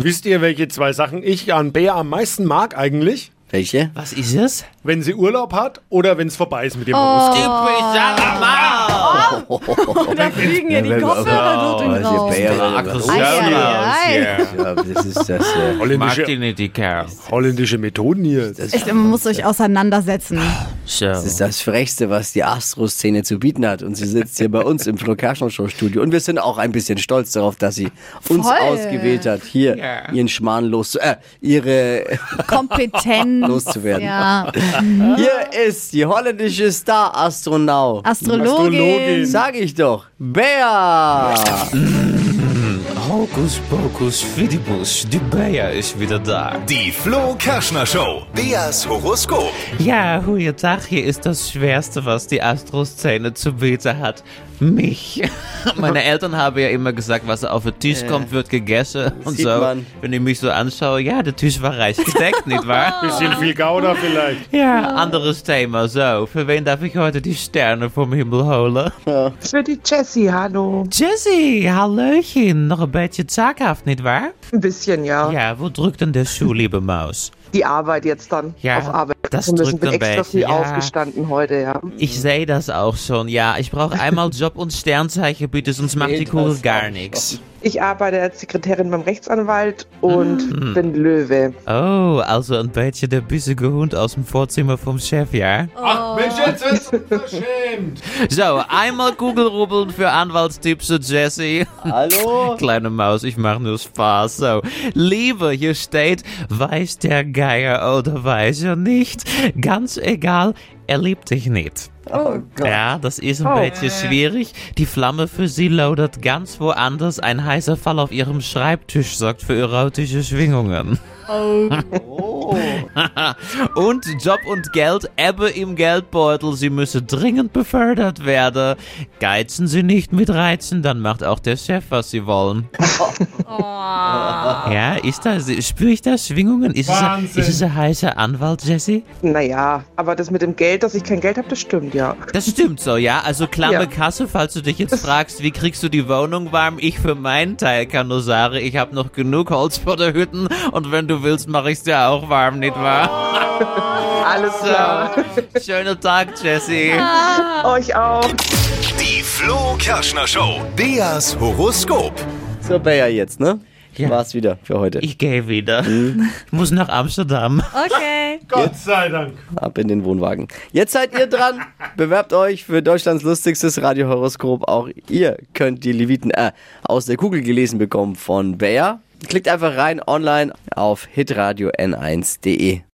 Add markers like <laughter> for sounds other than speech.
Wisst ihr, welche zwei Sachen ich an Bea am meisten mag eigentlich? Welche? Was ist es? Wenn sie Urlaub hat oder wenn es vorbei ist mit dem Oh. Oh. <laughs> Da fliegen ja die Kopfhörer durch den Raum. Aggressiv. Ah, Ja, das ist das. Äh, Mag Holländische, die nicht, die Kerl. holländische Methoden hier. Echt, man muss euch auseinandersetzen. So. das ist das Frechste, was die Astro-Szene zu bieten hat. Und sie sitzt hier bei uns im Flo Kerschner Show Studio. Und wir sind auch ein bisschen stolz darauf, dass sie uns Voll. ausgewählt hat, hier ihren Schmarrn loszu äh, ihre <laughs> Kompetenz. loszuwerden. Ja. Hier ist die holländische Star-Astronau. Astrologin. Sag ich doch, Bea! Hokus Pokus Fidibus, die Bayer ist wieder da. Die Flo Kerschner Show. Beas Horoskop. Ja, guten Tag, hier ist das Schwerste, was die Astro-Szene zu bieten hat. Mich. <laughs> Meine Eltern haben ja immer gesagt, was auf den Tisch kommt, wird gegessen und Sieht so. man. Wenn ich mich so anschaue, ja, der Tisch war reich gedeckt, nicht <laughs> wahr? Bisschen viel Gouda vielleicht. Ja, anderes Thema. So, für wen darf ich heute die Sterne vom Himmel holen? Für die Jessie, hallo. Jessie, hallöchen. Noch ein bisschen zaghaft, nicht wahr? Ein bisschen, ja. Ja, wo drückt denn der Schuh, liebe Maus? Die Arbeit jetzt dann. Ja, auf Arbeit. das Wir müssen drückt bin ein extra bisschen, viel ja. aufgestanden heute, ja. Ich sehe das auch schon, ja. Ich brauche einmal Job und Sternzeichen, bitte, sonst macht die Kugel gar nichts. Ich arbeite als Sekretärin beim Rechtsanwalt und Ah. bin Löwe. Oh, also ein bisschen der bissige Hund aus dem Vorzimmer vom Chef, ja? Ach, Mensch, jetzt ist verschämt. So, einmal Kugelrubbeln für Anwaltstipps, Jesse. Hallo? Kleine Maus, ich mache nur Spaß. So, Liebe, hier steht, weiß der Geier oder weiß er nicht. Ganz egal, er liebt dich nicht. Oh Gott. Ja, das ist ein Oh. bisschen schwierig. Die Flamme für sie lodert ganz woanders. Ein heißer Fall auf ihrem Schreibtisch sorgt für erotische Schwingungen. <laughs> und Job und Geld ebbe im Geldbeutel. Sie müsse dringend befördert werden. Geizen Sie nicht mit Reizen, dann macht auch der Chef, was Sie wollen. Ja, ist das, spüre ich da Schwingungen? Ist es, ein- Wahnsinn. ist es ein heißer Anwalt, Jesse? Naja, aber das mit dem Geld, dass ich kein Geld habe, das stimmt, ja. Das stimmt so, ja. Also klamme Ja. Kasse, falls du dich jetzt fragst, wie kriegst du die Wohnung warm? Ich für meinen Teil kann nur sagen, ich habe noch genug Holz vor der Hütten und wenn du willst, mache ich's dir auch warm, nicht wahr? <laughs> Alles klar. So, schönen Tag, Jesse. Euch auch. Die Flo Kerschner Show. Beas Horoskop. So, Bea jetzt, ne? Ja. War's wieder für heute. Ich gehe wieder. Ich muss nach Amsterdam. Okay. Gott sei Dank. Ab in den Wohnwagen. Jetzt seid ihr dran. Bewerbt euch für Deutschlands lustigstes Radiohoroskop. Auch ihr könnt die Leviten äh, aus der Kugel gelesen bekommen von Bea. Klickt einfach rein online auf hitradio n1.de.